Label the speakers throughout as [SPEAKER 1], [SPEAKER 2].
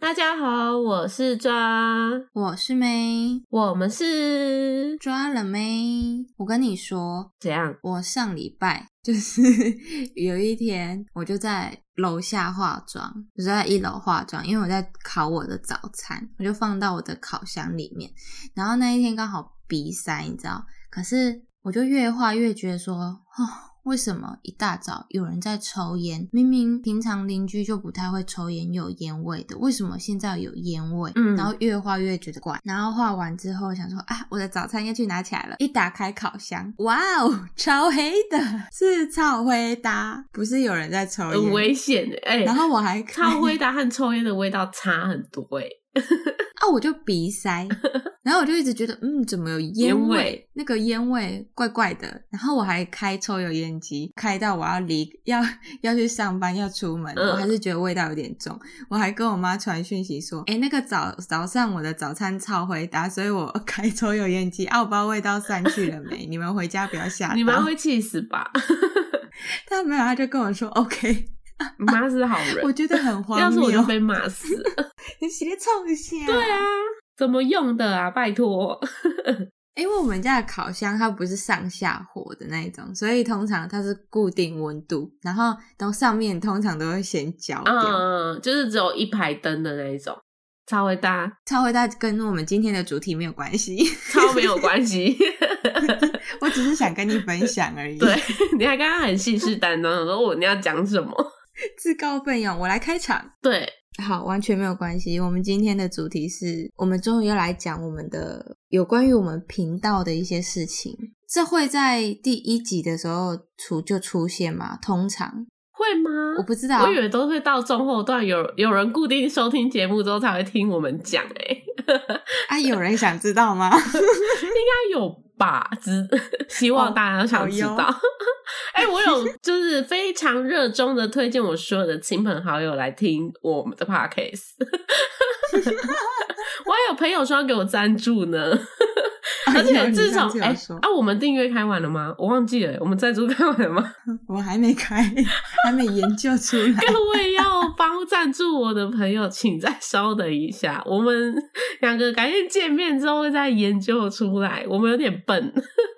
[SPEAKER 1] 大家好，我是抓，
[SPEAKER 2] 我是妹，
[SPEAKER 1] 我们是
[SPEAKER 2] 抓了妹。我跟你说，
[SPEAKER 1] 怎样？
[SPEAKER 2] 我上礼拜就是 有一天，我就在楼下化妆，我就在一楼化妆，因为我在烤我的早餐，我就放到我的烤箱里面。然后那一天刚好鼻塞，你知道，可是我就越画越觉得说，哦。为什么一大早有人在抽烟？明明平常邻居就不太会抽烟，有烟味的，为什么现在有烟味？
[SPEAKER 1] 嗯
[SPEAKER 2] 然后越画越觉得怪。然后画完之后想说啊，我的早餐要去拿起来了。一打开烤箱，哇哦，超黑的，是草灰搭，不是有人在抽
[SPEAKER 1] 很
[SPEAKER 2] 烟。
[SPEAKER 1] 危险的，哎、
[SPEAKER 2] 然后我还看
[SPEAKER 1] 草灰搭和抽烟的味道差很多、哎，
[SPEAKER 2] 啊，我就鼻塞， 然后我就一直觉得，嗯，怎么有烟
[SPEAKER 1] 烟
[SPEAKER 2] 味？
[SPEAKER 1] 味
[SPEAKER 2] 那个烟味怪怪的。然后我还开抽油烟机，开到我要离要要去上班要出门，
[SPEAKER 1] 嗯
[SPEAKER 2] 我还是觉得味道有点重。我还跟我妈传讯息说，哎、那个早早上我的早餐超回答，所以我 开抽油烟机，啊，我不知道味道散去了没？你们回家不要吓到。
[SPEAKER 1] 你妈会气死 吧？
[SPEAKER 2] 她没有，她就跟我说 OK。
[SPEAKER 1] 你妈是好
[SPEAKER 2] 我
[SPEAKER 1] 人，
[SPEAKER 2] 觉得很
[SPEAKER 1] 要
[SPEAKER 2] 荒
[SPEAKER 1] 是我就
[SPEAKER 2] 谬，
[SPEAKER 1] 被骂死了。
[SPEAKER 2] 你直接冲下。
[SPEAKER 1] 对啊，怎么用的啊？拜托，
[SPEAKER 2] 因为我们家的烤箱它不是上下火的那一种，所以通常它是固定温度，然后都上面通常都会先焦掉。
[SPEAKER 1] 嗯，就是只有一排灯的那一种，超会搭，
[SPEAKER 2] 超回答跟我们今天的主题没有关系，
[SPEAKER 1] 超没有关系。
[SPEAKER 2] 我只是想跟你分享而已。
[SPEAKER 1] 对，你还刚刚很信誓旦旦地说哦我你要讲什么？
[SPEAKER 2] 自告奋勇，我来开场。
[SPEAKER 1] 对，
[SPEAKER 2] 好，完全没有关系。我们今天的主题是我们终于要来讲我们的有关于我们频道的一些事情。这会在第一集的时候出就出现吗？通常
[SPEAKER 1] 会吗？
[SPEAKER 2] 我不知道，
[SPEAKER 1] 我以为都会到中后段有有人固定收听节目之后才会听我们讲、欸，
[SPEAKER 2] 啊，有人想知道吗？
[SPEAKER 1] 应该有吧？只 希望大家想知
[SPEAKER 2] 哦
[SPEAKER 1] 道
[SPEAKER 2] 好。
[SPEAKER 1] 哎、我有就是非常热衷的推荐我所有的亲朋好友来听我们的 podcast。我还有朋友说要给我赞助呢， 而且自从哎、啊，我们订阅开完了吗？我忘记了，欸我们赞助开完了吗？
[SPEAKER 2] 我还没开，还没研究出来。
[SPEAKER 1] 各位要帮赞助我的朋友，请再稍等一下，我们两个改天见面之后会再研究出来。我们有点笨，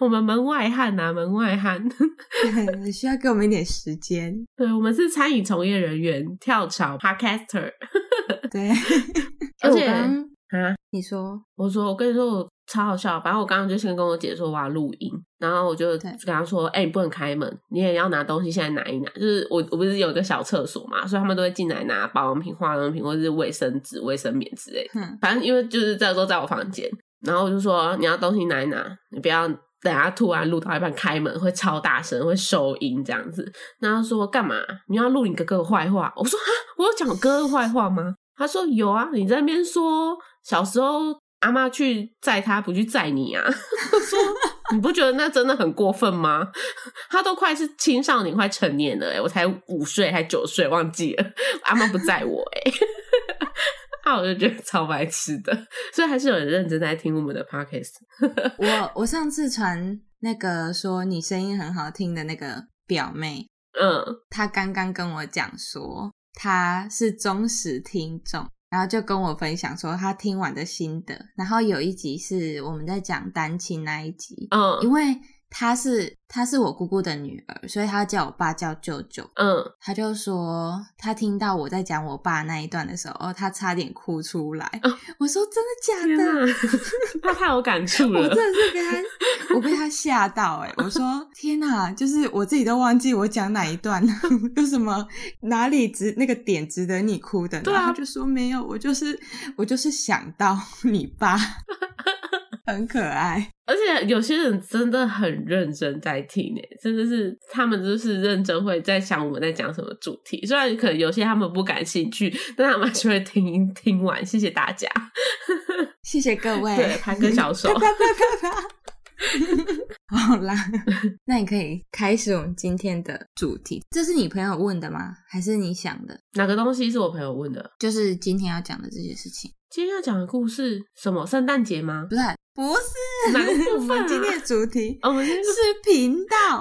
[SPEAKER 1] 我们门外汉啊，门外汉。
[SPEAKER 2] 对，需要给我们一点时间。
[SPEAKER 1] 对，我们是餐饮从业人员，跳槽 podcaster。
[SPEAKER 2] 对，
[SPEAKER 1] 而且
[SPEAKER 2] 哎我刚
[SPEAKER 1] 啊，
[SPEAKER 2] 你说
[SPEAKER 1] 我说，我跟你说，我超好笑。反正我刚刚就先跟我姐说我要录音，然后我就
[SPEAKER 2] 对
[SPEAKER 1] 跟她说：“哎、你不能开门，你也要拿东西现在拿一拿。”就是我我不是有一个小厕所嘛，所以他们都会进来拿保养品、化妆品或者是卫生纸、卫生棉之类的。
[SPEAKER 2] 哼
[SPEAKER 1] 反正因为就是这个都在我房间，然后我就说你要东西拿一拿，你不要等下突然录到一半开门会超大声，会收音这样子。然后他说干嘛？你要录你哥哥的坏话？我说啊，我有讲我哥哥的坏话吗？他说有啊，你在那边说小时候阿妈去载他，不去载你啊。 我说你不觉得那真的很过分吗？他都快是青少年，快成年了、欸，我才五岁还九岁，忘记了。阿妈不载我、欸，哎， 那我就觉得超白痴的。所以还是有人认真在听我们的 podcast。
[SPEAKER 2] 我我上次传那个说你声音很好听的那个表妹，
[SPEAKER 1] 嗯，
[SPEAKER 2] 她刚刚跟我讲说她是忠实听众。然后就跟我分享说她听完的心得，然后有一集是我们在讲单亲那一集，因
[SPEAKER 1] 嗯
[SPEAKER 2] 为她是她是我姑姑的女儿，所以她叫我爸叫舅舅，
[SPEAKER 1] 嗯，
[SPEAKER 2] 他就说，他听到我在讲我爸那一段的时候，哦他差点哭出来。
[SPEAKER 1] 哦
[SPEAKER 2] 我说真
[SPEAKER 1] 天
[SPEAKER 2] 的假
[SPEAKER 1] 哪
[SPEAKER 2] 的？，
[SPEAKER 1] 他太有感触
[SPEAKER 2] 我
[SPEAKER 1] 了。
[SPEAKER 2] 真的是被他，我被他吓到哎、我说天哪，就是我自己都忘记我讲哪一段了，有什么哪里值那个点值得你哭的呢？
[SPEAKER 1] 对啊
[SPEAKER 2] 他就说没有，我就是我就是想到你爸，很可爱。
[SPEAKER 1] 而且有些人真的很认真在听诶、真的是他们就是认真会在想我们在讲什么主题。虽然可能有些他们不感兴趣，但他们还是会听听完。谢谢大家，
[SPEAKER 2] 谢谢各位，
[SPEAKER 1] 对，拍个小手
[SPEAKER 2] 啪。啪啪啪啪。好啦，那你可以开始我们今天的主题。这是你朋友问的吗？还是你想的？
[SPEAKER 1] 哪个东西是我朋友问的？
[SPEAKER 2] 就是今天要讲的这些事情，
[SPEAKER 1] 今天要讲的故事什么？圣诞节吗
[SPEAKER 2] 不？是啊不是
[SPEAKER 1] 哪个
[SPEAKER 2] 我
[SPEAKER 1] 部分、啊？
[SPEAKER 2] 们今天的主题
[SPEAKER 1] 哦，我们今天是哦
[SPEAKER 2] 是频道，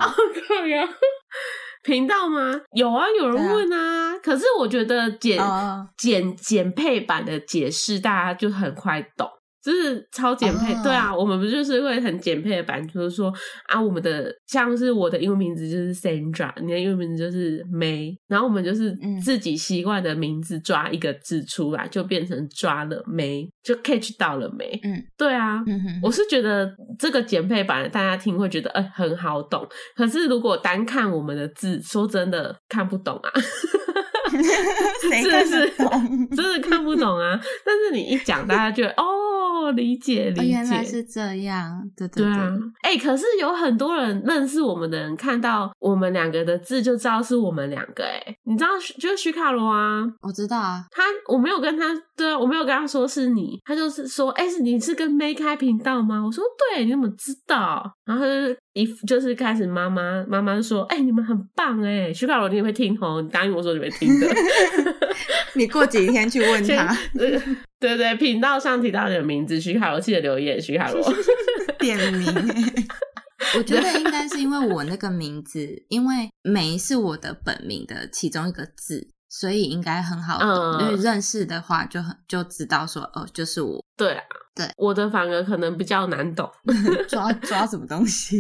[SPEAKER 1] 靠呀 频道吗？有啊，有人问啊。可是我觉得简、
[SPEAKER 2] 哦
[SPEAKER 1] 简简配版的解释，大家就很快懂。就是超简配
[SPEAKER 2] 哦
[SPEAKER 1] 对啊，我们不就是会很简配的版，就是说啊，我们的像是我的英文名字就是 Sandra，你的英文名字就是 May，然后我们就是
[SPEAKER 2] 嗯
[SPEAKER 1] 自己习惯的名字抓一个字出来，就变成抓了 May，就 catch 到了 May。
[SPEAKER 2] 嗯，
[SPEAKER 1] 对啊，
[SPEAKER 2] 嗯 哼，
[SPEAKER 1] 我是觉得这个简配版大家听会觉得，呃，很好懂。可是如果单看我们的字，说真的看不懂啊，
[SPEAKER 2] 谁
[SPEAKER 1] 是
[SPEAKER 2] 看
[SPEAKER 1] 不是
[SPEAKER 2] 得懂？ 哦
[SPEAKER 1] 真的看不懂啊。但是你一讲，大家觉得哦，理解
[SPEAKER 2] 哦，
[SPEAKER 1] 理
[SPEAKER 2] 原来
[SPEAKER 1] 解。
[SPEAKER 2] 是这样，对对
[SPEAKER 1] 对啊，哎、可是有很多人认识我们的人，看到我们两个的字就知道是我们两个、哎，你知道，就是徐卡罗啊，
[SPEAKER 2] 我知道啊，
[SPEAKER 1] 他我没有跟他对啊，我没有跟他说是你，他就是说，哎、是你是跟 May 开频道吗？我说对，你怎么知道？然后他就是一副就是开始妈妈妈妈就说，哎、你们很棒哎、徐卡罗你也会听哦，你答应我说你会听的。
[SPEAKER 2] 你过几天去问他，
[SPEAKER 1] 对对对，频道上提到你的名字，徐卡罗记得留言，徐卡罗。
[SPEAKER 2] 点 名。我觉得应该是因为我那个名字，因为梅是我的本名的其中一个字，所以应该很好懂。
[SPEAKER 1] 嗯
[SPEAKER 2] 因为认识的话就很就知道说哦，就是我
[SPEAKER 1] 对啊，
[SPEAKER 2] 对
[SPEAKER 1] 我的反而可能比较难懂。
[SPEAKER 2] 抓抓什么东西。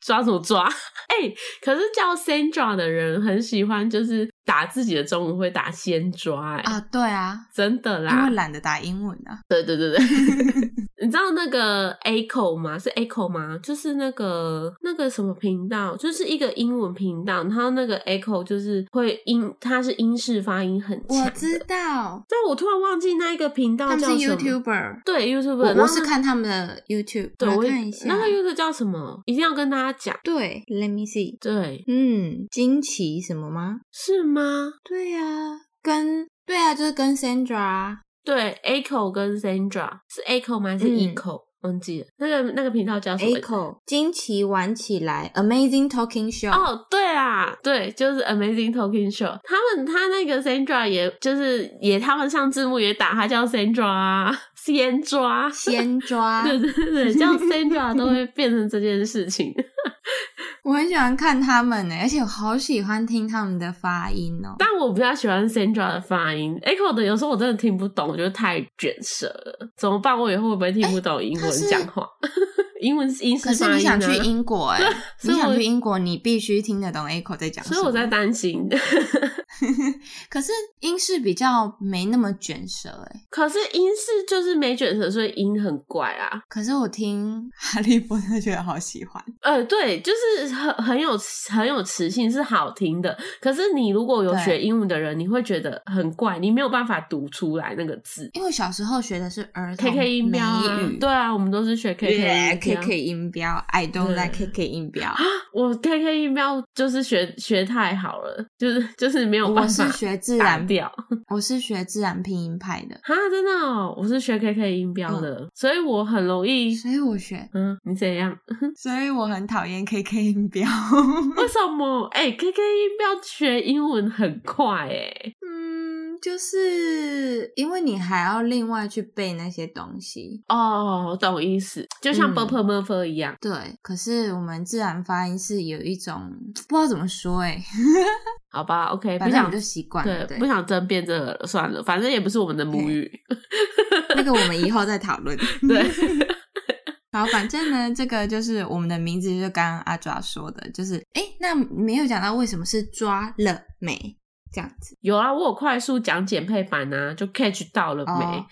[SPEAKER 1] 抓什么抓？ 哎、可是叫 Sandra 的人很喜欢，就是打自己的中文会打先抓、哎、
[SPEAKER 2] 啊，对啊，
[SPEAKER 1] 真的
[SPEAKER 2] 因
[SPEAKER 1] 啦
[SPEAKER 2] 为，懒得打英文啊。
[SPEAKER 1] 对对对对， 你知道那个 Echo 吗？是 Echo 吗？就是那个那个什么频道，就是一个英文频道，然后那个 Echo 就是会英，它是英式发音很强
[SPEAKER 2] 我
[SPEAKER 1] 的。
[SPEAKER 2] 知道
[SPEAKER 1] 但我突然忘记那一个频道
[SPEAKER 2] 他们
[SPEAKER 1] 叫
[SPEAKER 2] 是
[SPEAKER 1] 什么。
[SPEAKER 2] YouTuber，
[SPEAKER 1] 对 YouTube，
[SPEAKER 2] 我
[SPEAKER 1] 然后
[SPEAKER 2] 我是看他们的 YouTube，
[SPEAKER 1] 对
[SPEAKER 2] 我
[SPEAKER 1] 我
[SPEAKER 2] 来看一下。
[SPEAKER 1] 那个 YouTube 叫什么？一定要跟大家讲。
[SPEAKER 2] 对，Let me see。
[SPEAKER 1] 对，
[SPEAKER 2] 嗯，惊奇什么吗？
[SPEAKER 1] 是吗？
[SPEAKER 2] 对呀、跟对啊，就是跟 Sandra 啊
[SPEAKER 1] 对，Echo 跟 Sandra 是 Echo 吗？还是
[SPEAKER 2] 嗯
[SPEAKER 1] Echo？、忘记了那个那个频道叫什么
[SPEAKER 2] Echo 惊奇玩起来，Amazing Talking Show。
[SPEAKER 1] 哦，对啊，对，就是 Amazing Talking Show。他们他那个 Sandra 也就是也，他们上字幕也打他叫 Sandra，啊，先
[SPEAKER 2] 啊
[SPEAKER 1] 抓，
[SPEAKER 2] 先抓，
[SPEAKER 1] 对对 对，叫 Sandra 都会变成这件事情。
[SPEAKER 2] 我很喜欢看他们欸呢，而且我好喜欢听他们的发音哦。
[SPEAKER 1] 但我比较喜欢 Sandra 的发音，Echo 的有时候我真的听不懂，我觉得太卷舌了，怎么办？我以后会不会听不懂英
[SPEAKER 2] 他
[SPEAKER 1] 文
[SPEAKER 2] 哎是
[SPEAKER 1] 讲话？ 英文英式
[SPEAKER 2] 可是
[SPEAKER 1] 发
[SPEAKER 2] 你
[SPEAKER 1] 音、啊、
[SPEAKER 2] 想去英国 哎，
[SPEAKER 1] 所
[SPEAKER 2] 你
[SPEAKER 1] 以
[SPEAKER 2] 想
[SPEAKER 1] 我
[SPEAKER 2] 去英国，你必须听得懂 Echo 在讲什么。
[SPEAKER 1] 所以我在担心。
[SPEAKER 2] 可是英式比较没那么卷舌哎。
[SPEAKER 1] 可是音是就是没卷舌，所以音很怪啊。
[SPEAKER 2] 可是我听哈利波特觉得好喜欢，
[SPEAKER 1] 呃，对，就是很很有很有磁性，是好听的。可是你如果有
[SPEAKER 2] 对
[SPEAKER 1] 学英文的人，你会觉得很怪，你没有办法读出来那个字。
[SPEAKER 2] 因为我小时候学的是儿童
[SPEAKER 1] K K 音标啊
[SPEAKER 2] 美语，，
[SPEAKER 1] 对啊，我们都是学 K K 音
[SPEAKER 2] K
[SPEAKER 1] 标。
[SPEAKER 2] K 音标，I don't like K K 音标。
[SPEAKER 1] 啊我 K K 音标就是学学太好了，就是就是没有
[SPEAKER 2] 我
[SPEAKER 1] 办
[SPEAKER 2] 是
[SPEAKER 1] 法
[SPEAKER 2] 学 自
[SPEAKER 1] 打
[SPEAKER 2] 然，
[SPEAKER 1] 掉。
[SPEAKER 2] 我是学自然拼音派的，
[SPEAKER 1] 哈，真的哦，我是学 K K 音标的，
[SPEAKER 2] 嗯
[SPEAKER 1] 所以我很容易。
[SPEAKER 2] 所以我学，
[SPEAKER 1] 嗯，你怎样？
[SPEAKER 2] 所以我很讨厌 K K 音标。
[SPEAKER 1] 为什么？哎、k K 音标学英文很快哎、
[SPEAKER 2] 嗯，就是因为你还要另外去背那些东西。
[SPEAKER 1] 哦，我懂意思，就像
[SPEAKER 2] 嗯
[SPEAKER 1] b u r p l e m u r p l e 一样。
[SPEAKER 2] 对，可是我们自然发音是有一种不知道怎么说哎、
[SPEAKER 1] 好吧，OK，不
[SPEAKER 2] 反正我
[SPEAKER 1] 想
[SPEAKER 2] 们就习惯了。
[SPEAKER 1] 对，
[SPEAKER 2] 对，
[SPEAKER 1] 不想争辩这个了，算了，反正也不是我们的母语。
[SPEAKER 2] 那个我们以后再讨论。
[SPEAKER 1] 对，
[SPEAKER 2] 好，反正呢，这个就是我们的名字，就是刚刚阿抓说的，就是哎，诶那没有讲到为什么是抓了没这样子
[SPEAKER 1] 有啊，我有快速讲简配版啊，就 catch 到了没？
[SPEAKER 2] 哦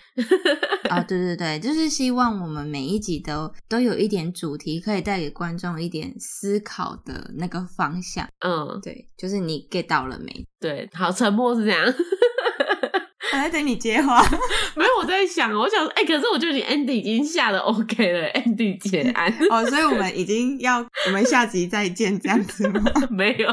[SPEAKER 2] 哦，对对对，就是希望我们每一集都都有一点主题，可以带给观众一点思考的那个方向。
[SPEAKER 1] 嗯，
[SPEAKER 2] 对，就是你 get 到了没？
[SPEAKER 1] 对，好，沉默是这样。
[SPEAKER 2] 我在等你接话。
[SPEAKER 1] 没有，我在想，我想，哎、可是我觉得你 Andy 已经下的 OK 了，Andy 结 案。
[SPEAKER 2] 哦，所以我们已经要，我们下集再见这样子吗？
[SPEAKER 1] 没有，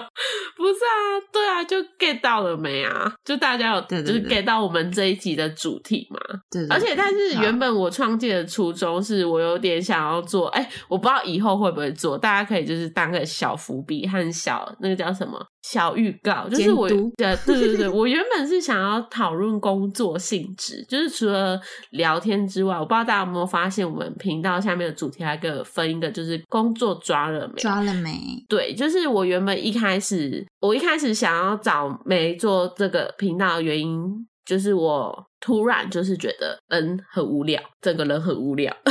[SPEAKER 1] 不是啊，对啊，就 get 到了没啊？就大家有
[SPEAKER 2] 对对
[SPEAKER 1] 就是
[SPEAKER 2] 对
[SPEAKER 1] get 到我们这一集的主题嘛。
[SPEAKER 2] 对对
[SPEAKER 1] 而且，但是
[SPEAKER 2] 好
[SPEAKER 1] 原本我创建的初衷是我有点想要做，哎、我不知道以后会不会做，大家可以就是当个小伏笔和小那个叫什么小预告，就是我
[SPEAKER 2] 监督
[SPEAKER 1] 对对对对，我原本是想要讨论工作性质，就是除了聊天之外，我不知道大家有没有发现，我们频道下面的主题还给我分一个，就是工作抓了没？
[SPEAKER 2] 抓了没？
[SPEAKER 1] 对，就是我原本一开始，我一开始想要找梅做这个频道的原因，就是我突然就是觉得，嗯，很无聊，整个人很无聊，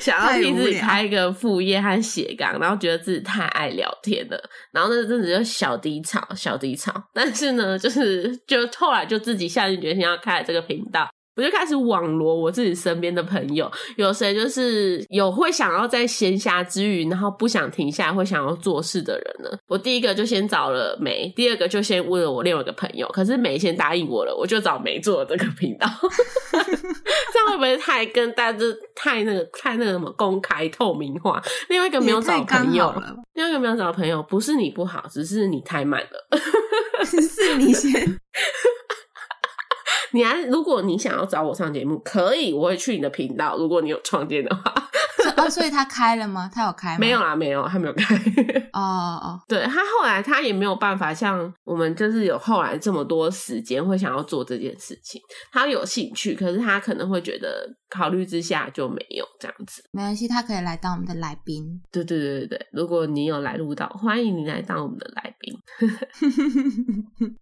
[SPEAKER 1] 想要
[SPEAKER 2] 太
[SPEAKER 1] 替
[SPEAKER 2] 无
[SPEAKER 1] 自己
[SPEAKER 2] 聊
[SPEAKER 1] 开一个副业和斜杠，然后觉得自己太爱聊天了，然后那阵子就小低潮，小低潮。但是呢，就是就后来就自己下定决心要开了这个频道。我就开始网罗我自己身边的朋友，有谁就是有会想要在闲暇之余，然后不想停下来，会想要做事的人呢？我第一个就先找了梅，第二个就先问了我另外一个朋友，可是梅先答应我了，我就找梅做了这个频道， 这样会不会太跟大家就是太那个太那个什么公开透明化？另外一个没有
[SPEAKER 2] 也太
[SPEAKER 1] 找
[SPEAKER 2] 刚
[SPEAKER 1] 朋友
[SPEAKER 2] 好，了，
[SPEAKER 1] 另外一个没有找朋友，不是你不好，只是你太慢了。
[SPEAKER 2] 是你先。
[SPEAKER 1] 你还如果你想要找我上节目，可以，我会去你的频道。如果你有创建的话，
[SPEAKER 2] 所以哦，所以他开了吗？他有开吗？
[SPEAKER 1] 没有。啦，没有，他没有开。
[SPEAKER 2] 哦哦，
[SPEAKER 1] 对他后来他也没有办法像我们就是有后来这么多时间会想要做这件事情，他有兴趣，可是他可能会觉得考虑之下就没有这样子。
[SPEAKER 2] 没关系，他可以来当我们的来宾。
[SPEAKER 1] 对对对对对，如果你有来录到，欢迎你来当我们的来宾。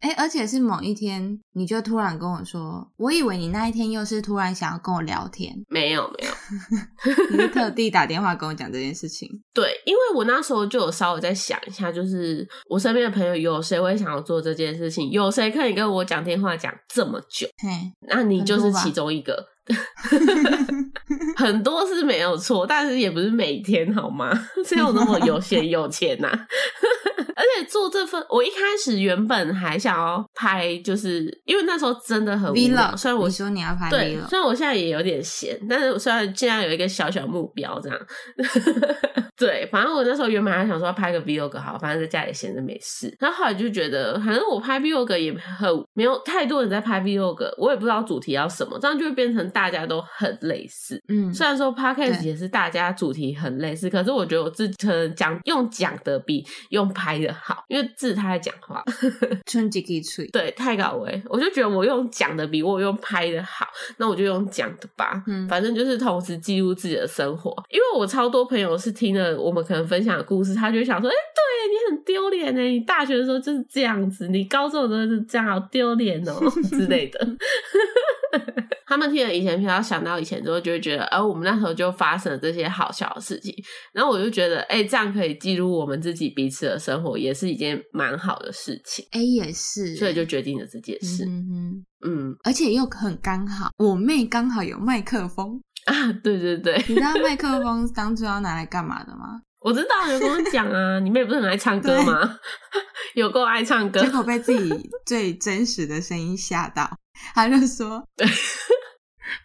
[SPEAKER 2] 哎、而且是某一天，你就突然跟我说，我以为你那一天又是突然想要跟我聊天，
[SPEAKER 1] 没有没有，
[SPEAKER 2] 你就特地打电话跟我讲这件事情。
[SPEAKER 1] 对，因为我那时候就有稍微在想一下，就是我身边的朋友有谁会想要做这件事情，有谁可以跟我讲电话讲这么久，
[SPEAKER 2] 嘿，
[SPEAKER 1] 那你就是
[SPEAKER 2] 很多吧
[SPEAKER 1] 其中一 个。很多是没有错，但是也不是每天好吗？谁有那么有闲有钱呐、 而且做这份，我一开始原本还想要拍，就是因为那时候真的很无
[SPEAKER 2] vlog，
[SPEAKER 1] 聊，虽然呃我
[SPEAKER 2] 你说你要拍
[SPEAKER 1] 对，
[SPEAKER 2] vlog，
[SPEAKER 1] 虽然我现在也有点闲，但是我虽然现在有一个小小目标这样， 对，反正我那时候原本还想说要拍个 vlog 好，反正在家里闲着没事。然后后来就觉得，反正我拍 vlog 也很没有太多人在拍 vlog，我也不知道主题要什么，这样就会变成大家都很类似。
[SPEAKER 2] 嗯，
[SPEAKER 1] 虽然说 podcast
[SPEAKER 2] 对
[SPEAKER 1] 也是大家主题很类似，可是我觉得我自己可能讲用讲的比用拍的好，因为字太爱讲话。
[SPEAKER 2] 春几个吹，
[SPEAKER 1] 对，太搞味，我就觉得我用讲的比我用拍的好，那我就用讲的吧。
[SPEAKER 2] 嗯
[SPEAKER 1] 反正就是同时记录自己的生活，因为我超多朋友是听了我们可能分享的故事，他就会想说，哎、对你很丢脸呢，你大学的时候就是这样子，你高中的时候就是这样，好丢脸哦之类的。 他们听了以前频道，想到以前之后，就会觉得，呃，我们那时候就发生了这些好笑的事情。然后我就觉得，哎、这样可以记录我们自己彼此的生活，也是一件蛮好的事情。
[SPEAKER 2] 哎、也是，
[SPEAKER 1] 所以就决定了这件事。
[SPEAKER 2] 嗯哼
[SPEAKER 1] 嗯
[SPEAKER 2] 而且又很刚好，我妹刚好有麦克风，
[SPEAKER 1] 啊， 对对对，
[SPEAKER 2] 你知道麦克风当初要拿来干嘛的吗？
[SPEAKER 1] 我知道，有跟我讲啊，你妹不是很爱唱歌吗？ 有够爱唱歌
[SPEAKER 2] 结，果被自己最真实的声音吓到，她就说：“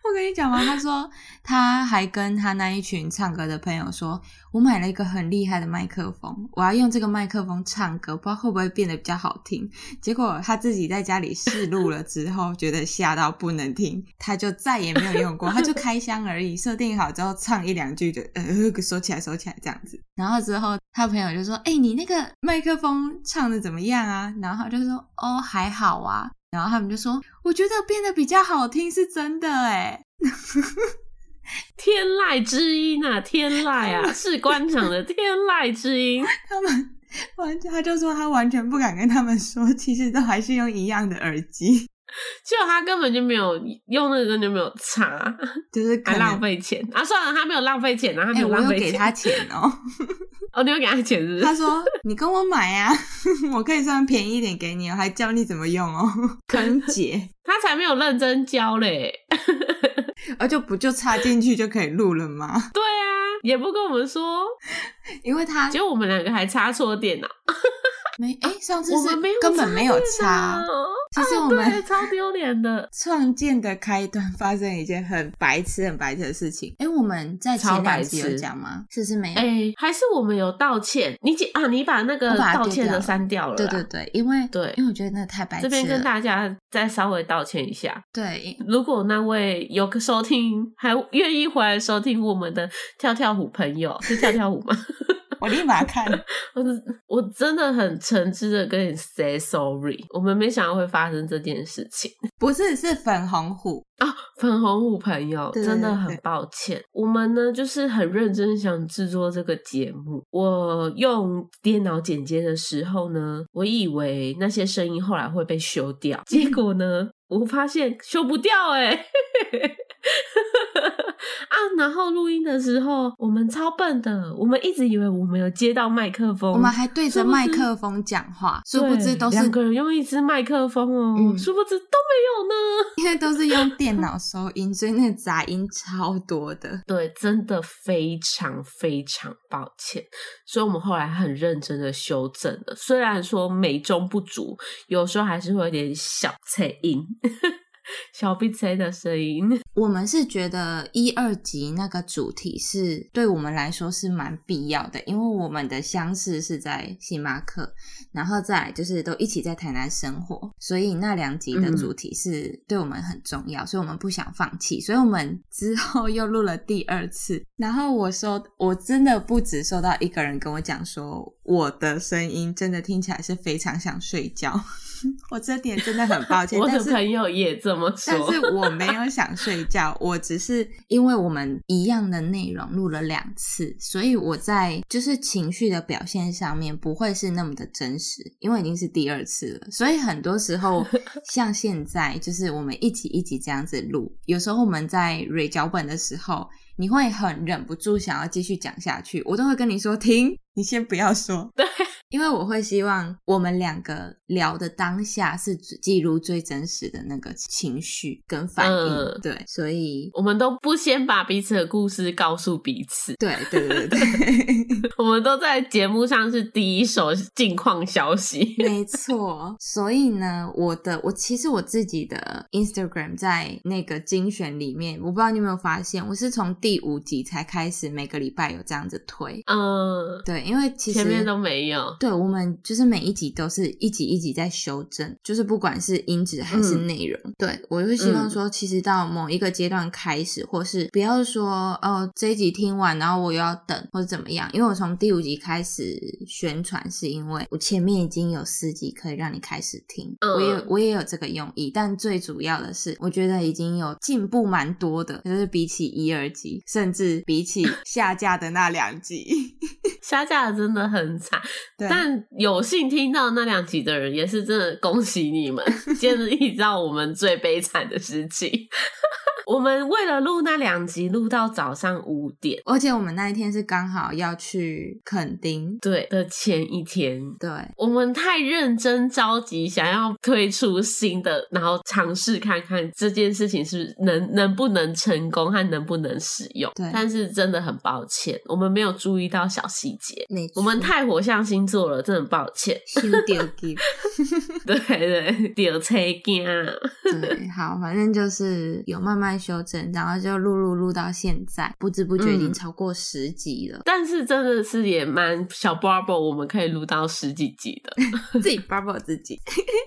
[SPEAKER 2] 我跟你讲嘛，她说她还跟她那一群唱歌的朋友说，我买了一个很厉害的麦克风，我要用这个麦克风唱歌，不知道会不会变得比较好听。”结果她自己在家里试录了之后，觉得吓到不能听，她就再也没有用过，她就开箱而已，设定好之后唱一两句就呃收起来收起来这样子。然后之后他朋友就说：“哎、你那个麦克风唱的怎么样啊？”然后他就说：“哦，还好啊。”然后他们就说：“我觉得变得比较好听，是真的哎。
[SPEAKER 1] 天籁之音啊，天籁 啊，士官长的天籁之音，”
[SPEAKER 2] 他们完，他就说他完全不敢跟他们说，其实都还是用一样的耳机，
[SPEAKER 1] 就他根本就没有用那个，根本就没有 差，
[SPEAKER 2] 就是可
[SPEAKER 1] 还
[SPEAKER 2] 能
[SPEAKER 1] 浪。费钱啊！算了，他没有浪费钱啊，他没
[SPEAKER 2] 哎、我
[SPEAKER 1] 浪
[SPEAKER 2] 有
[SPEAKER 1] 费
[SPEAKER 2] 给
[SPEAKER 1] 钱。
[SPEAKER 2] 他钱哦，
[SPEAKER 1] 哦，你有给他钱是不
[SPEAKER 2] 他
[SPEAKER 1] 是？
[SPEAKER 2] 说你跟我买呀、 啊，我可以算便宜一点给你哦，还教你怎么用哦，坑姐，
[SPEAKER 1] 他才没有认真教嘞。
[SPEAKER 2] 而且不哦就插进去就可以录了吗？
[SPEAKER 1] 对啊，也不跟我们说，
[SPEAKER 2] 因为他
[SPEAKER 1] 结果我们两个还插错电脑，
[SPEAKER 2] 没哎、上次
[SPEAKER 1] 我
[SPEAKER 2] 是
[SPEAKER 1] 们没有
[SPEAKER 2] 根本没有
[SPEAKER 1] 电
[SPEAKER 2] 插
[SPEAKER 1] 脑，
[SPEAKER 2] 其实我
[SPEAKER 1] 啊对，
[SPEAKER 2] 们
[SPEAKER 1] 超丢脸的，
[SPEAKER 2] 创建的开端发生一件很白痴、很白痴的事情。哎，我们在前两集
[SPEAKER 1] 超白
[SPEAKER 2] 有
[SPEAKER 1] 痴
[SPEAKER 2] 讲吗？是不是没有？
[SPEAKER 1] 哎、还是我们有道歉，你姐啊，你把那个
[SPEAKER 2] 我把它
[SPEAKER 1] 道
[SPEAKER 2] 丢
[SPEAKER 1] 歉
[SPEAKER 2] 掉
[SPEAKER 1] 的
[SPEAKER 2] 了
[SPEAKER 1] 删掉了啦，
[SPEAKER 2] 对对对，因为
[SPEAKER 1] 对
[SPEAKER 2] 因为我觉得那太白痴
[SPEAKER 1] 这
[SPEAKER 2] 了。
[SPEAKER 1] 边跟大家再稍微道歉一下。
[SPEAKER 2] 对，因
[SPEAKER 1] 如果那位有个收听还愿意回来收听我们的跳跳虎朋友，是跳跳虎吗？
[SPEAKER 2] 我立马看，
[SPEAKER 1] 我我真的很诚挚的跟你 say sorry，我们没想到会发生这件事情。
[SPEAKER 2] 不是是粉红虎，
[SPEAKER 1] 粉红舞朋友
[SPEAKER 2] 对
[SPEAKER 1] 真的
[SPEAKER 2] 对
[SPEAKER 1] 很
[SPEAKER 2] 对
[SPEAKER 1] 抱歉，我们呢就是很认真想制作这个节目。我用电脑剪接的时候呢，我以为那些声音后来会被修掉，结果呢，我发现修不掉哎、 啊，然后录音的时候，我们超笨的，我们一直以为我们有接到麦克风，
[SPEAKER 2] 我们还对着
[SPEAKER 1] 殊不知
[SPEAKER 2] 麦克风讲话，殊不知
[SPEAKER 1] 对
[SPEAKER 2] 都是
[SPEAKER 1] 两个人用一支麦克风哦，
[SPEAKER 2] 嗯
[SPEAKER 1] 殊不知都没有呢。
[SPEAKER 2] 因为都是用电脑收音，所以那个杂音超多的。
[SPEAKER 1] 对，真的非常非常抱歉，所以我们后来很认真的修正了。虽然说美中不足，有时候还是会有点小脆音， 小鼻塞的声音。
[SPEAKER 2] 我们是觉得一二集那个主题是对我们来说是蛮必要的，因为我们的相识是在星巴克，然后再来就是都一起在台南生活，所以那两集的主题是对我们很重要，所以我们不想放弃，所以我们之后又录了第二次。然后我收，我真的不止收到一个人跟我讲说，我的声音真的听起来是非常想睡觉， 我这点真的很抱歉，
[SPEAKER 1] 我
[SPEAKER 2] 但
[SPEAKER 1] 的
[SPEAKER 2] 是
[SPEAKER 1] 朋友也这么
[SPEAKER 2] 但
[SPEAKER 1] 说，
[SPEAKER 2] 是我没有想睡觉，我只是因为我们一样的内容录了两次，所以我在就是情绪的表现上面不会是那么的真实，因为已经是第二次了。所以很多时候，像现在就是我们一集一集这样子录，有时候我们在蕊脚本的时候，你会很忍不住想要继续讲下去，我都会跟你说停，你先不要说。对。 因为我会希望我们两个聊的当下是只记录最真实的那个情绪跟反应，
[SPEAKER 1] 嗯
[SPEAKER 2] 对，所以
[SPEAKER 1] 我们都不先把彼此的故事告诉彼此，
[SPEAKER 2] 对对对对对，
[SPEAKER 1] 我们都在节目上是第一手近况消息。
[SPEAKER 2] 没错。所以呢，我的我其实我自己的 Instagram 在那个精选里面，我不知道你有没有发现，我是从第五集才开始每个礼拜有这样子推，
[SPEAKER 1] 嗯，
[SPEAKER 2] 对，因为其实
[SPEAKER 1] 前面都没有。
[SPEAKER 2] 对，我们就是每一集都是一集一集在修正，就是不管是音质还是内容。对我会希望说，其实到某一个阶段开始，或是不要说哦这一集听完，然后我又要等或者怎么样。因为我从第五集开始宣传，是因为我前面已经有四集可以让你开始听，
[SPEAKER 1] 嗯
[SPEAKER 2] 我也我也有这个用意。但最主要的是，我觉得已经有进步蛮多的，就是比起一二集，甚至比起下架的那两集。
[SPEAKER 1] 下架得真的很惨，
[SPEAKER 2] 对啊
[SPEAKER 1] 但有幸听到那两集的人，也是真的恭喜你 们，见识到我们最悲惨的事情。 我们为了录那两集，录到早上五点，
[SPEAKER 2] 而且我们那一天是刚好要去垦丁，
[SPEAKER 1] 对的前一天，
[SPEAKER 2] 对，
[SPEAKER 1] 我们太认真着急，想要推出新的，然后尝试看看这件事情是能能不能成功和能不能使用。
[SPEAKER 2] 对
[SPEAKER 1] 但是真的很抱歉，我们没有注意到小细节，
[SPEAKER 2] 没
[SPEAKER 1] 我们太火象星座了，真的很抱歉。
[SPEAKER 2] 修掉给，
[SPEAKER 1] 对对，丢车镜，
[SPEAKER 2] 对，好，反正就是有慢慢修正，然后就录录录到现在，不知不觉已经
[SPEAKER 1] 嗯，
[SPEAKER 2] 超过十集了
[SPEAKER 1] 但是真的是也蛮小 bubble，我们可以录到十几集的，
[SPEAKER 2] 自己 bubble 自己。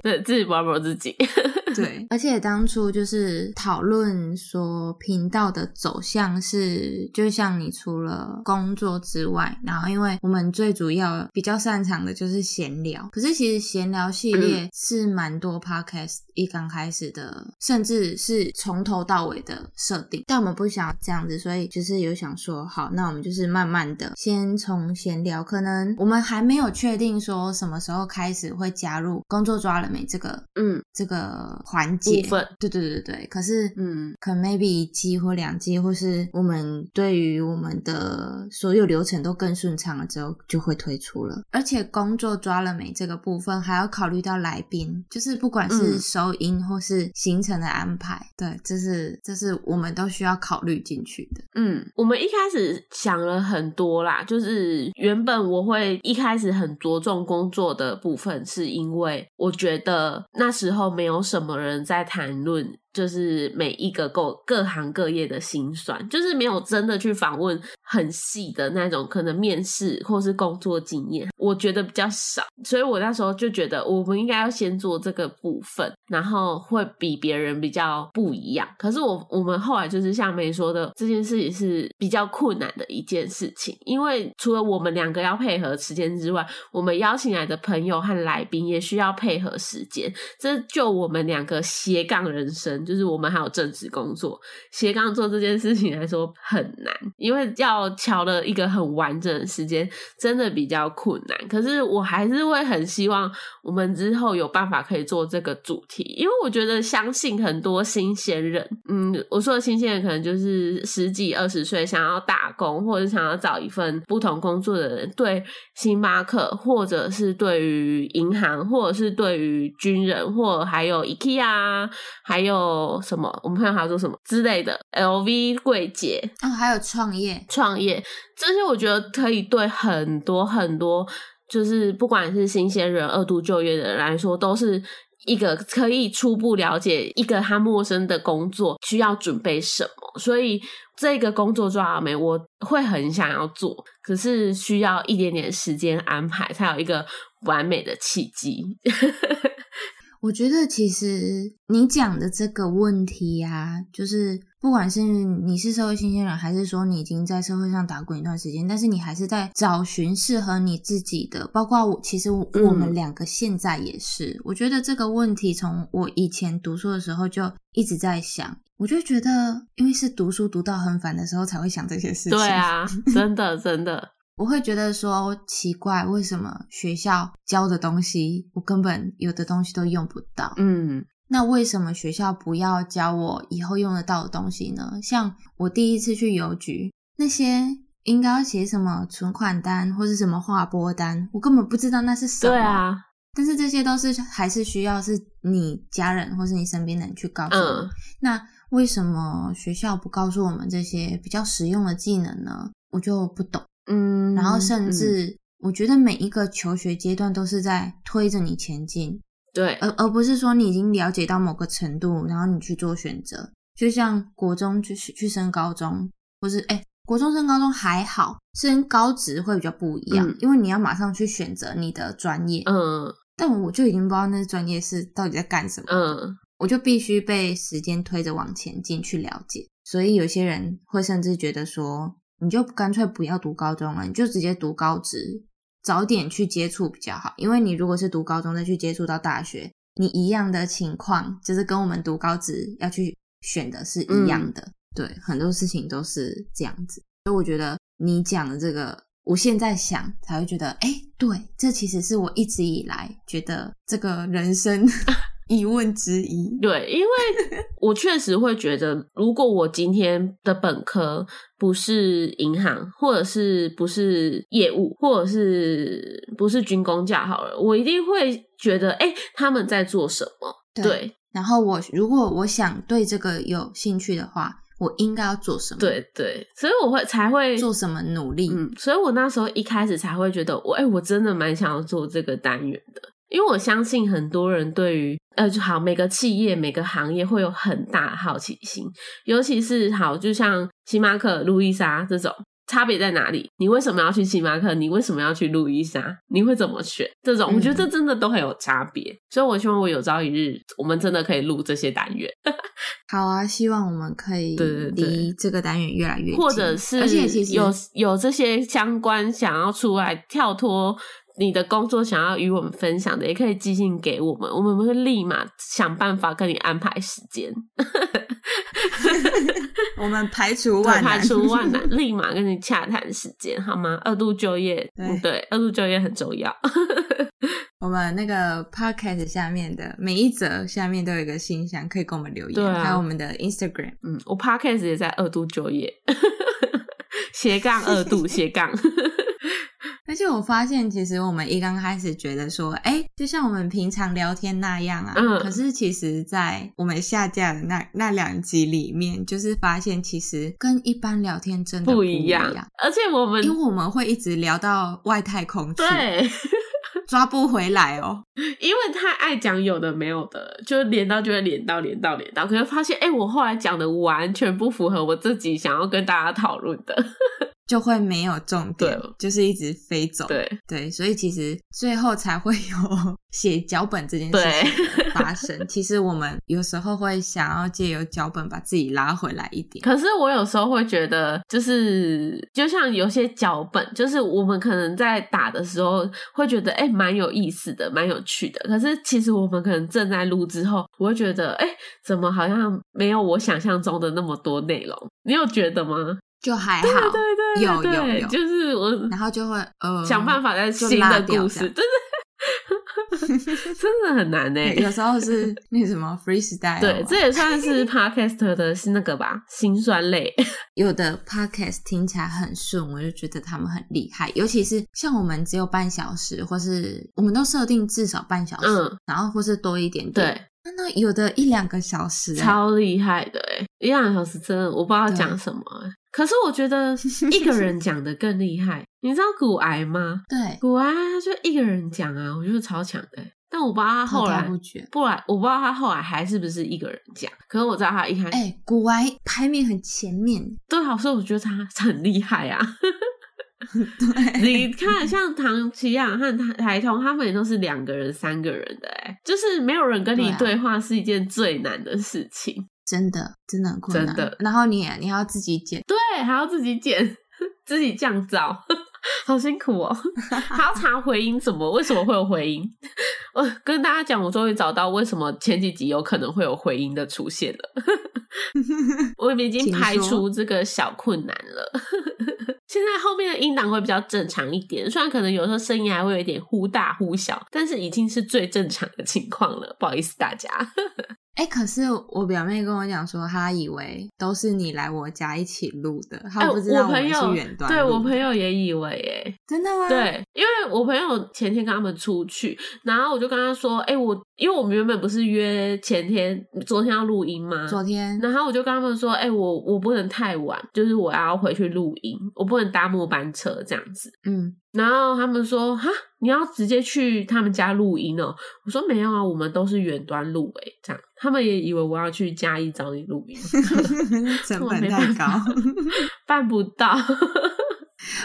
[SPEAKER 1] 对自己 bubble 自己。
[SPEAKER 2] 对，而且当初就是讨论说频道的走向是，就像你除了工作之外，然后因为我们最主要比较擅长的就是闲聊，可是其实闲聊系列是蛮多 podcast 一刚开始的，甚至是从头到尾的设定，但我们不想要这样子，所以就是有想说，好，那我们就是慢慢的先从闲聊，可能我们还没有确定说什么时候开始会加入工作抓了没这个
[SPEAKER 1] 嗯，
[SPEAKER 2] 这个个环节
[SPEAKER 1] 部分。
[SPEAKER 2] 对对对对，可是
[SPEAKER 1] 嗯，
[SPEAKER 2] 可能 maybe 一季或两季，或是我们对于我们的所有流程都更顺畅了之后，就会推出了。而且工作抓了没这个部分，还要考虑到来宾，就是不管是
[SPEAKER 1] 嗯
[SPEAKER 2] 收音或是行程的安排，对，这是这是我们都需要考虑进去的。
[SPEAKER 1] 嗯，我们一开始想了很多啦，就是原本我会一开始很着重工作的部分，是因为我觉得那时候没有什么人在谈论。就是每一个各各行各业的辛酸，就是没有真的去访问很细的那种，可能面试或是工作经验，我觉得比较少，所以我那时候就觉得我们应该要先做这个部分，然后会比别人比较不一样。可是我我们后来就是像梅说的，这件事情是比较困难的一件事情，因为除了我们两个要配合时间之外，我们邀请来的朋友和来宾也需要配合时间。这就我们两个斜杠人生，就是我们还有正职工作，斜杠做这件事情来说很难，因为要瞧了一个很完整的时间，真的比较困难。可是我还是会很希望我们之后有办法可以做这个主题，因为我觉得相信很多新鲜人，嗯，我说的新鲜人可能就是十几二十岁想要打工或者想要找一份不同工作的人，对星巴克或者是对于银行或者是对于军人或还有 IKEA 啊还有什么，我们朋友还要做什么之类的，LV 柜姐
[SPEAKER 2] 哦，还有创业，
[SPEAKER 1] 创业这些，我觉得可以对很多很多，就是不管是新鲜人、二度就业的人来说，都是一个可以初步了解一个他陌生的工作需要准备什么。所以这个工作抓到没，我会很想要做，可是需要一点点时间安排，才有一个完美的契机。
[SPEAKER 2] 我觉得其实你讲的这个问题呀、就是不管是你是社会新鲜人，还是说你已经在社会上打滚一段时间，但是你还是在找寻适合你自己的。包括我，其实我
[SPEAKER 1] 嗯
[SPEAKER 2] 我们两个现在也是，我觉得这个问题从我以前读书的时候就一直在想。我就觉得，因为是读书读到很烦的时候才会想这些事情。
[SPEAKER 1] 对啊，真的真的，
[SPEAKER 2] 我会觉得说奇怪，为什么学校教的东西，我根本有的东西都用不到。
[SPEAKER 1] 嗯
[SPEAKER 2] 那为什么学校不要教我以后用得到的东西呢？像我第一次去邮局，那些应该要写什么存款单或是什么划拨单，我根本不知道那是 什么。
[SPEAKER 1] 对，啊，
[SPEAKER 2] 但是这些都是还是需要是你家人或是你身边的人去告诉你。
[SPEAKER 1] 嗯
[SPEAKER 2] 那为什么学校不告诉我们这些比较实用的技能呢？我就不懂。
[SPEAKER 1] 嗯，
[SPEAKER 2] 然后甚
[SPEAKER 1] 嗯
[SPEAKER 2] 至我觉得每一个求学阶段都是在推着你前进，
[SPEAKER 1] 对，
[SPEAKER 2] 而而不是说你已经了解到某个程度，然后你去做选择。就像国中去去升高中，或是哎、国中升高中还好，升高职会比较不一样，
[SPEAKER 1] 嗯
[SPEAKER 2] 因为你要马上去选择你的专业。
[SPEAKER 1] 嗯
[SPEAKER 2] 但我就已经不知道那专业是到底在干什么，
[SPEAKER 1] 嗯
[SPEAKER 2] 我就必须被时间推着往前进去了解。所以有些人会甚至觉得说，你就干脆不要读高中了，你就直接读高职，早点去接触比较好。因为你如果是读高中再去接触到大学，你一样的情况，就是跟我们读高职要去选的是一样的。对，很多事情都是这样子。所以我觉得你讲的这个，我现在想才会觉得，哎，对，这其实是我一直以来觉得这个人生 疑问之一。
[SPEAKER 1] 对， 因为我确实会觉得，如果我今天的本科不是银行，或者是不是业务，或者是不是军工教好了，我一定会觉得，哎、他们在做什么？对
[SPEAKER 2] 然后我如果我想对这个有兴趣的话，我应该要做什么？，
[SPEAKER 1] 对对，所以我会才会
[SPEAKER 2] 做什么努力？
[SPEAKER 1] 嗯，所以我那时候一开始才会觉得，我哎、我真的蛮想要做这个单元的，因为我相信很多人对于呃，就好每个企业、每个行业会有很大的好奇心，尤其是好，就像星巴克、路易莎这种。差别在哪里？你为什么要去星巴克？你为什么要去路易莎？你会怎么选？这种，我觉得这真的都很有差别。所以，我希望我有朝一日，我们真的可以录这些单元。
[SPEAKER 2] 好啊，希望我们可以
[SPEAKER 1] 对对对
[SPEAKER 2] 离这个单元越来越近，
[SPEAKER 1] 或者是
[SPEAKER 2] 而且其实
[SPEAKER 1] 有有这些相关想要出来跳脱你的工作，想要与我们分享的，也可以寄信给我们，我们会立马想办法跟你安排时间，
[SPEAKER 2] 我们排除
[SPEAKER 1] 对
[SPEAKER 2] 万
[SPEAKER 1] 排
[SPEAKER 2] 难，
[SPEAKER 1] 除万难，立马跟你洽谈时间，好吗？二度就业，
[SPEAKER 2] 对
[SPEAKER 1] 嗯对，二度就业很重要。
[SPEAKER 2] 我们那个 podcast 下面的每一则下面都有一个信箱，可以跟我们留言，
[SPEAKER 1] 对啊
[SPEAKER 2] 还有我们的 Instagram。
[SPEAKER 1] 嗯，我 podcast 也在二度就业， 斜杠二度斜杠，
[SPEAKER 2] 而且我发现，其实我们一刚开始觉得说，哎，就像我们平常聊天那样啊，
[SPEAKER 1] 嗯
[SPEAKER 2] 可是其实，在我们下架的那那两集里面，就是发现其实跟一般聊天真的
[SPEAKER 1] 不
[SPEAKER 2] 一
[SPEAKER 1] 一样。而且我们
[SPEAKER 2] 因为我们会一直聊到外太空去，
[SPEAKER 1] 对，
[SPEAKER 2] 抓不回来哦。
[SPEAKER 1] 因为太爱讲有的没有的，就连到就会连到连到连到，可是发现哎、诶我后来讲的完全不符合我自己想要跟大家讨论的。
[SPEAKER 2] 就会没有重
[SPEAKER 1] 对，
[SPEAKER 2] 点
[SPEAKER 1] 哦
[SPEAKER 2] 就是一直飞走。
[SPEAKER 1] 对，
[SPEAKER 2] 对，所以其实最后才会有 写脚本这件事情的发生。其实我们有时候会想要借由脚本把自己拉回来一点。
[SPEAKER 1] 可是我有时候会觉得，就是就像有些脚本，就是我们可能在打的时候会觉得，哎、蛮有意思的，蛮有趣的。可是其实我们可能正在录之后，我会觉得，哎、怎么好像没有我想象中的那么多内容？你有觉得吗？
[SPEAKER 2] 就还好，
[SPEAKER 1] 对对对
[SPEAKER 2] 有
[SPEAKER 1] 对，
[SPEAKER 2] 有有
[SPEAKER 1] 就是我
[SPEAKER 2] 然后就会呃
[SPEAKER 1] 想办法在
[SPEAKER 2] 就
[SPEAKER 1] 新
[SPEAKER 2] 拉
[SPEAKER 1] 的
[SPEAKER 2] 掉
[SPEAKER 1] 故
[SPEAKER 2] 这
[SPEAKER 1] 事，
[SPEAKER 2] 样
[SPEAKER 1] 真的 真的很难呢、欸
[SPEAKER 2] 对有时候是那什 么 freestyle，啊
[SPEAKER 1] 对，这也算是 podcaster 的是那个吧， 辛酸泪。
[SPEAKER 2] 有的 podcast 听起来很顺，我就觉得他们很厉害。尤其是像我们只有半小时，或是我们都设定至少半小时，
[SPEAKER 1] 嗯
[SPEAKER 2] 然后或是多一点点。
[SPEAKER 1] 对，
[SPEAKER 2] 那那有的一两个小时、欸，
[SPEAKER 1] 超厉害的哎、一两个小时真的我不知道
[SPEAKER 2] 对
[SPEAKER 1] 讲什么欸、可是我觉 得一个人讲的更厉害。你知道骨癌吗？
[SPEAKER 2] 对，
[SPEAKER 1] 骨癌他就一个人讲啊，我觉得超强的欸、但我不知道他后
[SPEAKER 2] 滔
[SPEAKER 1] 来
[SPEAKER 2] 滔不绝。
[SPEAKER 1] 不然我不知道他后来还是不是一个人讲，可是我知道他一开始、
[SPEAKER 2] 哎、古玩排名很前面，
[SPEAKER 1] 对啊，所以我觉得他很厉害啊。
[SPEAKER 2] 对，
[SPEAKER 1] 你看，像唐奇阳和台台通，他们也都是两个人、三个人的、哎，就是没有人跟
[SPEAKER 2] 对
[SPEAKER 1] 你
[SPEAKER 2] 啊
[SPEAKER 1] 对话是一件最难的事情。
[SPEAKER 2] 真的真的很困难。
[SPEAKER 1] 真的
[SPEAKER 2] 然后你也你还要自己剪，
[SPEAKER 1] 对，还要自己剪， 自己降噪， 好辛苦 哦！还要查回音，怎么为什么会有回音？我跟大家讲，我终于找到为什么前几集有可能会有回音的出 现了。我们已经
[SPEAKER 2] 请
[SPEAKER 1] 排
[SPEAKER 2] 说
[SPEAKER 1] 除这个小困难了。 现在后面的音档会比较正常一点，虽然可能有时候声音还会有一点忽大忽小，但是已经是最正常的情况了。不好意思大家，
[SPEAKER 2] 哎、可是我表妹跟我讲说，她以为都是你来我家一起录的，她
[SPEAKER 1] 哎
[SPEAKER 2] 不知道
[SPEAKER 1] 我朋
[SPEAKER 2] 们
[SPEAKER 1] 友
[SPEAKER 2] 是远端
[SPEAKER 1] 对
[SPEAKER 2] 录
[SPEAKER 1] 我朋
[SPEAKER 2] 的
[SPEAKER 1] 友也以为耶、
[SPEAKER 2] 真的吗？，
[SPEAKER 1] 对，因为我朋友前天跟他们出去，然后我就跟他说：“哎、我因为我们原本不是约前天、昨天要录音吗？
[SPEAKER 2] 昨天
[SPEAKER 1] 然后我就跟他们说：‘哎、我我不能太晚，就是我要回去录音，我不能搭末班车这样子。’
[SPEAKER 2] 嗯，
[SPEAKER 1] 然后他们说：‘哈，你要直接去他们家录音哦？’我说：‘没有啊，我们都是远端录诶、这样。’他们也以为我要去嘉义找你录音，
[SPEAKER 2] 成
[SPEAKER 1] 我
[SPEAKER 2] 本
[SPEAKER 1] 没
[SPEAKER 2] 太
[SPEAKER 1] 办
[SPEAKER 2] 高
[SPEAKER 1] 法。办不到。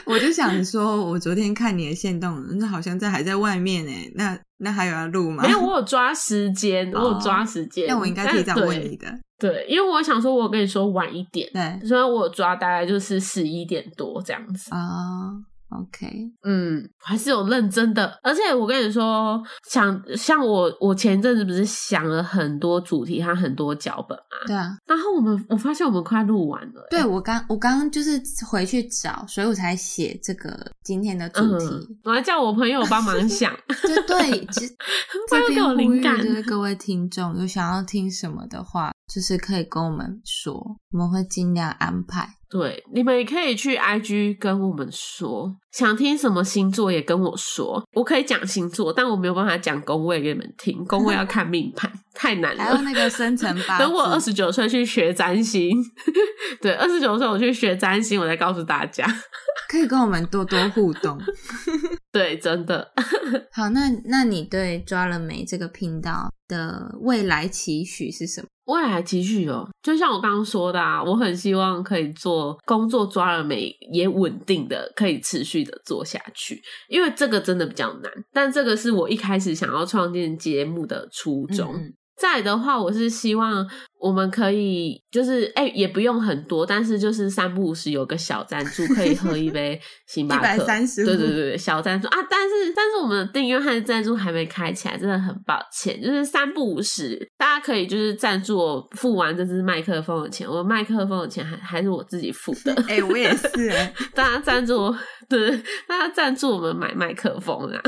[SPEAKER 2] 我就想说，我昨天看你的线动，那好像在还在外面哎，那那还有要录吗
[SPEAKER 1] 没？有，我有抓时间，我有
[SPEAKER 2] 哦
[SPEAKER 1] 抓时间。
[SPEAKER 2] 那我应该
[SPEAKER 1] 但
[SPEAKER 2] 提早问
[SPEAKER 1] 对
[SPEAKER 2] 你的，
[SPEAKER 1] 对，因为我想说，我跟你说晚一点，
[SPEAKER 2] 对
[SPEAKER 1] 所以我抓大概就是十一点多这样子。
[SPEAKER 2] 啊、o k
[SPEAKER 1] 嗯，还是有认真的。而且我跟你说，想像我，我前一阵子不是想了很多主题和很多脚本嘛，
[SPEAKER 2] 对啊，
[SPEAKER 1] 然后我们我发现我们快录完了、欸
[SPEAKER 2] 对我刚我刚刚就是回去找，所以我才写这个今天的主题
[SPEAKER 1] 嗯。，我还叫我朋友帮忙 想，
[SPEAKER 2] 就对，其实
[SPEAKER 1] 会
[SPEAKER 2] 这
[SPEAKER 1] 不会给
[SPEAKER 2] 边
[SPEAKER 1] 我
[SPEAKER 2] 呼
[SPEAKER 1] 灵
[SPEAKER 2] 吁
[SPEAKER 1] 感啊
[SPEAKER 2] 就是各位听众有想要听什么的话，就是可以跟我们说，我们会尽量安排。
[SPEAKER 1] 对，你们也可以去 IG 跟我们说，想听什么星座也跟我说，我可以讲星座，但我没有办法讲宫位给你们听，宫位要看命盘，太难
[SPEAKER 2] 还有
[SPEAKER 1] 了。
[SPEAKER 2] 那个生辰八 字，
[SPEAKER 1] 等我二十九岁去学占星， 对，二十九岁我去学占星，我再告诉大家。
[SPEAKER 2] 可以跟我们多多互动。
[SPEAKER 1] 对，真的，
[SPEAKER 2] 好，那那你对抓了没这个频道的未来期许是什么？
[SPEAKER 1] 未来继续哦，就像我刚刚说的啊，我很希望可以做工作抓了没也稳定的，可以持续的做下去，因为这个真的比较难。但这个是我一开始想要创建节目的初衷。
[SPEAKER 2] 嗯嗯
[SPEAKER 1] 再来的话，我是希望我们可以就是哎、也不用很多，但是就是三不五时有个小赞助，可以喝一杯星巴克，
[SPEAKER 2] 135
[SPEAKER 1] 对对对对，小赞助啊！但是但是我们的订阅和赞助还没开起来，真的很抱歉，就是三不五时，大家可以就是赞助我付完这支麦克风的钱，我麦克风的钱还还是我自己付
[SPEAKER 2] ，
[SPEAKER 1] 的
[SPEAKER 2] 哎、我也是、哎，
[SPEAKER 1] 大 家赞助我，对，大家赞助我们买麦克风啊。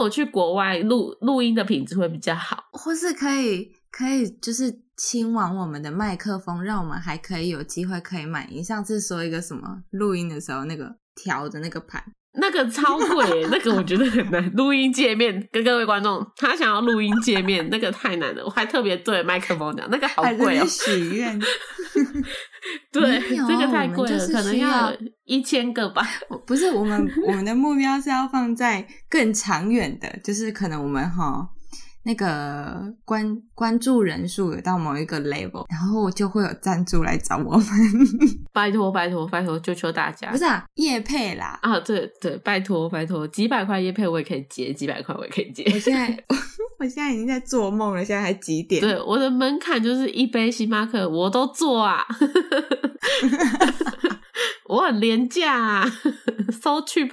[SPEAKER 1] 我去国外录录音的品质会比较好。
[SPEAKER 2] 或是可以可以就是亲完我们的麦克风，让我们还可以有机会可以买。你上次说一个什么录音的时候那个调的那个盘，
[SPEAKER 1] 那个超贵，那个我觉得很难。录音界面跟各位观众，他想要录音界面，那个太难了。我还特别对麦克风讲，那个好
[SPEAKER 2] 还
[SPEAKER 1] 贵哦、
[SPEAKER 2] 在那许愿。
[SPEAKER 1] 对，
[SPEAKER 2] 没有
[SPEAKER 1] 这个太贵
[SPEAKER 2] 哦我们就
[SPEAKER 1] 了，
[SPEAKER 2] 是
[SPEAKER 1] 可能
[SPEAKER 2] 需要
[SPEAKER 1] 要一千个吧。
[SPEAKER 2] 我 不是 我们我们的目标是要放在更长远的，就是可能我们哈那个关关注人数有到某一个 level，然后就会有赞助来找我们，
[SPEAKER 1] 拜托，拜托，拜托，求求大家
[SPEAKER 2] 不！是啊，叶 配啦。
[SPEAKER 1] 啊，对对，拜托拜托，几百块叶配我也可以接，几百块我也可以接。
[SPEAKER 2] 我现在 我现在已经在做梦了，现在还几点？
[SPEAKER 1] 对，我的门槛就是一杯星巴克，我都做 啊，我很廉价、啊、，so cheap。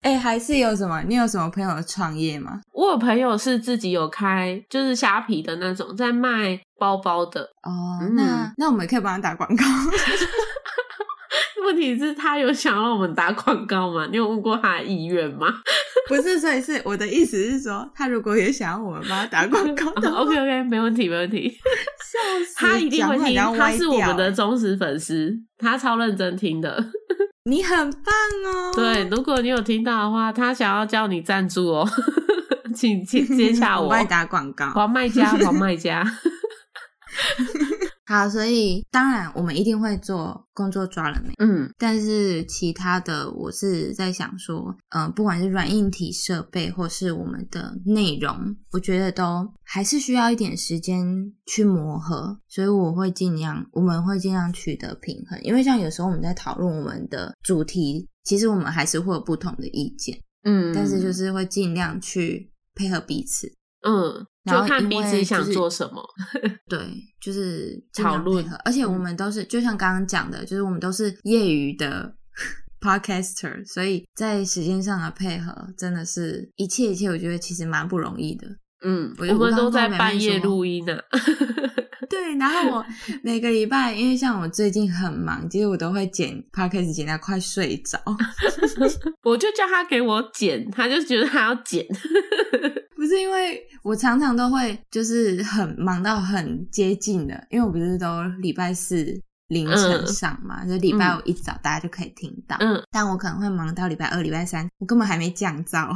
[SPEAKER 2] 哎、还是有什么？你有什么朋友创业吗？
[SPEAKER 1] 我有朋友是自己有开，就是虾皮的那种，在卖包包的。
[SPEAKER 2] 哦、
[SPEAKER 1] 嗯
[SPEAKER 2] 那那我们可以帮他打广告。
[SPEAKER 1] 问题是，他有想让我们打广告吗？你有问过他的意愿吗
[SPEAKER 2] 不是，所以是我的意思是说，他如果也想要我们帮他打广 告的话，
[SPEAKER 1] ？OK OK，没问题没问题。
[SPEAKER 2] 笑死，
[SPEAKER 1] 他一定会
[SPEAKER 2] 讲话
[SPEAKER 1] 听
[SPEAKER 2] 然后，
[SPEAKER 1] 他
[SPEAKER 2] 歪
[SPEAKER 1] 是我
[SPEAKER 2] 掉
[SPEAKER 1] 们的
[SPEAKER 2] 欸，哦
[SPEAKER 1] 忠实粉丝，他超认真听的。
[SPEAKER 2] 你很棒哦。
[SPEAKER 1] 对，如果你有听到的话，他想要叫你赞助哦， 请接 接洽我
[SPEAKER 2] 帮你打广告。
[SPEAKER 1] 黄卖家，黄卖 家。
[SPEAKER 2] 好，所以当然我们一定会做工作抓了没，
[SPEAKER 1] 嗯，
[SPEAKER 2] 但是其他的我是在想说，嗯、不管是软硬体设备或是我们的内容，我觉得都还是需要一点时间去磨合，所以我会尽量，我们会尽量取得平衡，因为像有时候我们在讨论我们的主题，其实我们还是会有不同的意见，
[SPEAKER 1] 嗯，
[SPEAKER 2] 但是就是会尽量去配合彼此。
[SPEAKER 1] 嗯，
[SPEAKER 2] 然
[SPEAKER 1] 就
[SPEAKER 2] 后
[SPEAKER 1] 看
[SPEAKER 2] 因
[SPEAKER 1] 彼
[SPEAKER 2] 为
[SPEAKER 1] 此
[SPEAKER 2] 就
[SPEAKER 1] 想
[SPEAKER 2] 是
[SPEAKER 1] 做什么。
[SPEAKER 2] 对，就是尽
[SPEAKER 1] 讨
[SPEAKER 2] 量
[SPEAKER 1] 论
[SPEAKER 2] 配合而且我们都是、就像刚刚讲的，就是我们都是业余的 podcaster，所以在时间上的配合真的是一切一切，我觉得其实蛮不容易的。
[SPEAKER 1] 嗯，
[SPEAKER 2] 我
[SPEAKER 1] 我们
[SPEAKER 2] 我
[SPEAKER 1] 都
[SPEAKER 2] 刚刚
[SPEAKER 1] 在
[SPEAKER 2] 跟
[SPEAKER 1] 半
[SPEAKER 2] 妹妹
[SPEAKER 1] 夜
[SPEAKER 2] 说
[SPEAKER 1] 录音呢、
[SPEAKER 2] 对，然后我 每个礼拜，因为像我最近很忙，其实我都会剪 podcast 剪到快睡着。
[SPEAKER 1] 我就叫他给我剪，他就觉得他要剪。
[SPEAKER 2] 不是因为我常常都会就是很忙到很接近的，因为我不是都礼拜四凌晨
[SPEAKER 1] 嗯
[SPEAKER 2] 上嘛，就礼拜五一早大家就可以听到。
[SPEAKER 1] 嗯，
[SPEAKER 2] 但我可能会忙到礼拜二、礼拜三，我根本还没降 噪，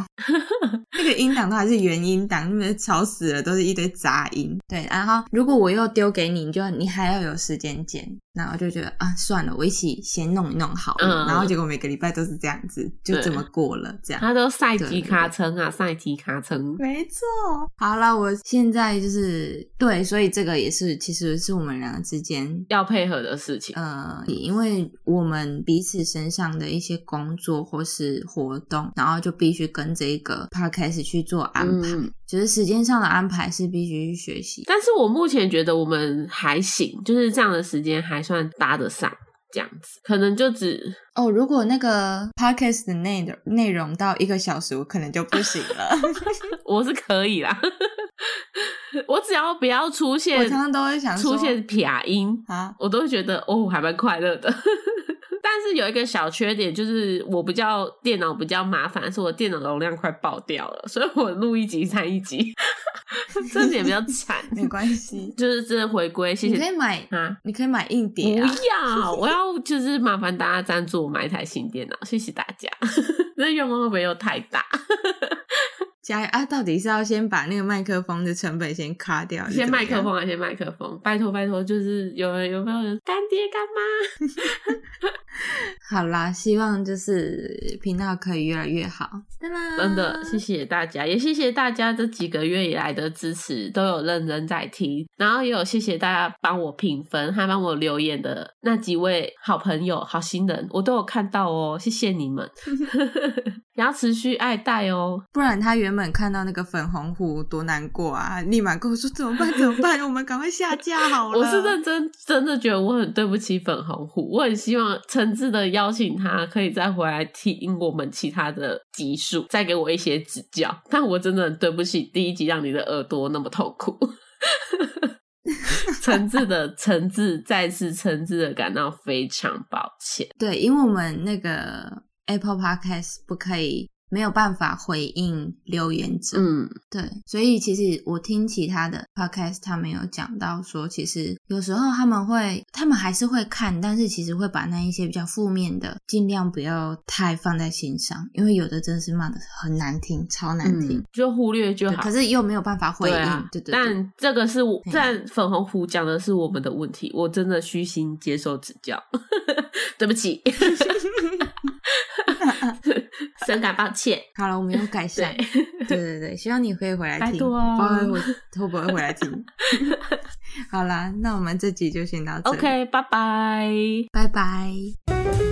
[SPEAKER 2] 那个音档都还是原音档，那边吵死了，都是一堆杂音。对，然后如果我又丢给你，你就你还要有时间剪，然后就觉得啊，算了，我一起先弄一弄好了。
[SPEAKER 1] 嗯
[SPEAKER 2] 然后结果每个礼拜都是这样子，就
[SPEAKER 1] 对
[SPEAKER 2] 这么过了，这样。
[SPEAKER 1] 他都赛
[SPEAKER 2] 对
[SPEAKER 1] 级
[SPEAKER 2] 对
[SPEAKER 1] 卡
[SPEAKER 2] 对
[SPEAKER 1] 称啊，赛级卡称。
[SPEAKER 2] 没错。好啦，我现在就是对，所以这个也是，其实是我们两个之间。
[SPEAKER 1] 要配合的事情，
[SPEAKER 2] 呃，因为我们彼此身上的一些工作或是活动，然后就必须跟这个 podcast 去做安排，
[SPEAKER 1] 嗯
[SPEAKER 2] 就是时间上的安排是必须去学习。
[SPEAKER 1] 但是我目前觉得我们还行，就是这样的时间还算搭得上，这样子可能就只
[SPEAKER 2] 哦，如果那个 podcast 的内容内容到一个小时，我可能就不行了。
[SPEAKER 1] 我是可以啦， 我只要不要出
[SPEAKER 2] 我
[SPEAKER 1] 现
[SPEAKER 2] 常常都会想说
[SPEAKER 1] 出现撇音，
[SPEAKER 2] 啊，
[SPEAKER 1] 我都会觉得哦，还蛮快乐的。 但是有一个小缺点，就是我比较电脑比较麻烦，是我电脑容量快爆掉了，所以我录一集删一集， 这点比较 惨。
[SPEAKER 2] 没关 系，
[SPEAKER 1] 就是真的回归，谢
[SPEAKER 2] 你可
[SPEAKER 1] 谢
[SPEAKER 2] 以买，
[SPEAKER 1] 啊！
[SPEAKER 2] 你可以买硬
[SPEAKER 1] 不
[SPEAKER 2] 碟啊。
[SPEAKER 1] 要，我要就是麻烦大家赞助我买一台新电脑，谢谢大家。 那愿望会不会又太大？
[SPEAKER 2] 加油啊！到底是要先把那个麦克风的成本先卡掉，还是
[SPEAKER 1] 先
[SPEAKER 2] 怎么
[SPEAKER 1] 麦
[SPEAKER 2] 样
[SPEAKER 1] 克风啊，先麦克风，拜托拜托，就是有人有没有人干爹干妈？
[SPEAKER 2] 好啦，希望就是频道可以越来越好。真的，
[SPEAKER 1] 真的谢谢大家，也谢谢大家这几个月以来的支持，都有认真在听，然后也有谢谢大家帮我评分，还帮我留言的那几位好朋友、好心人，我都有看到哦，谢谢你们， 也要持续爱戴哦。
[SPEAKER 2] 不然他原本看到那个粉红虎多难过啊，立马跟我说怎么办？怎么办？我们赶快下架好了。
[SPEAKER 1] 我是认真真的觉得我很对不起粉红虎，我很希望诚挚的邀请他可以再回来听我们其他的集数，再给我一些指教。但我真的很对不起第一集让你的耳朵那么痛苦。 诚挚的诚挚，再次诚挚的感到非常抱歉。
[SPEAKER 2] 对，因为我们那个 Apple Podcast 不可以没有办法回应留言者。
[SPEAKER 1] 嗯，
[SPEAKER 2] 对，所以其实我听其他的 podcast，他们有讲到说，其实有时候他们会，他们还是会看，但是其实会把那一些比较负面的，尽量不要太放在心上，因为有的真的是骂的很难听，超难听。
[SPEAKER 1] 嗯就忽略就
[SPEAKER 2] 对，
[SPEAKER 1] 好
[SPEAKER 2] 可。是又没有办法回应，
[SPEAKER 1] 对
[SPEAKER 2] 对,、
[SPEAKER 1] 啊，
[SPEAKER 2] 嗯对对
[SPEAKER 1] 但这个是我
[SPEAKER 2] 嘿，
[SPEAKER 1] 但粉红虎讲的是我们的问题，我真的虚心接受指教， 对不 起，深感抱歉。
[SPEAKER 2] 好了，我们有改善
[SPEAKER 1] 对，，
[SPEAKER 2] 对对对，希望你可以回来
[SPEAKER 1] 拜
[SPEAKER 2] 听，
[SPEAKER 1] 托哦
[SPEAKER 2] 不知道会会不会回 来听。好啦，那我们这集就先到这里
[SPEAKER 1] OK，拜拜。
[SPEAKER 2] 拜拜。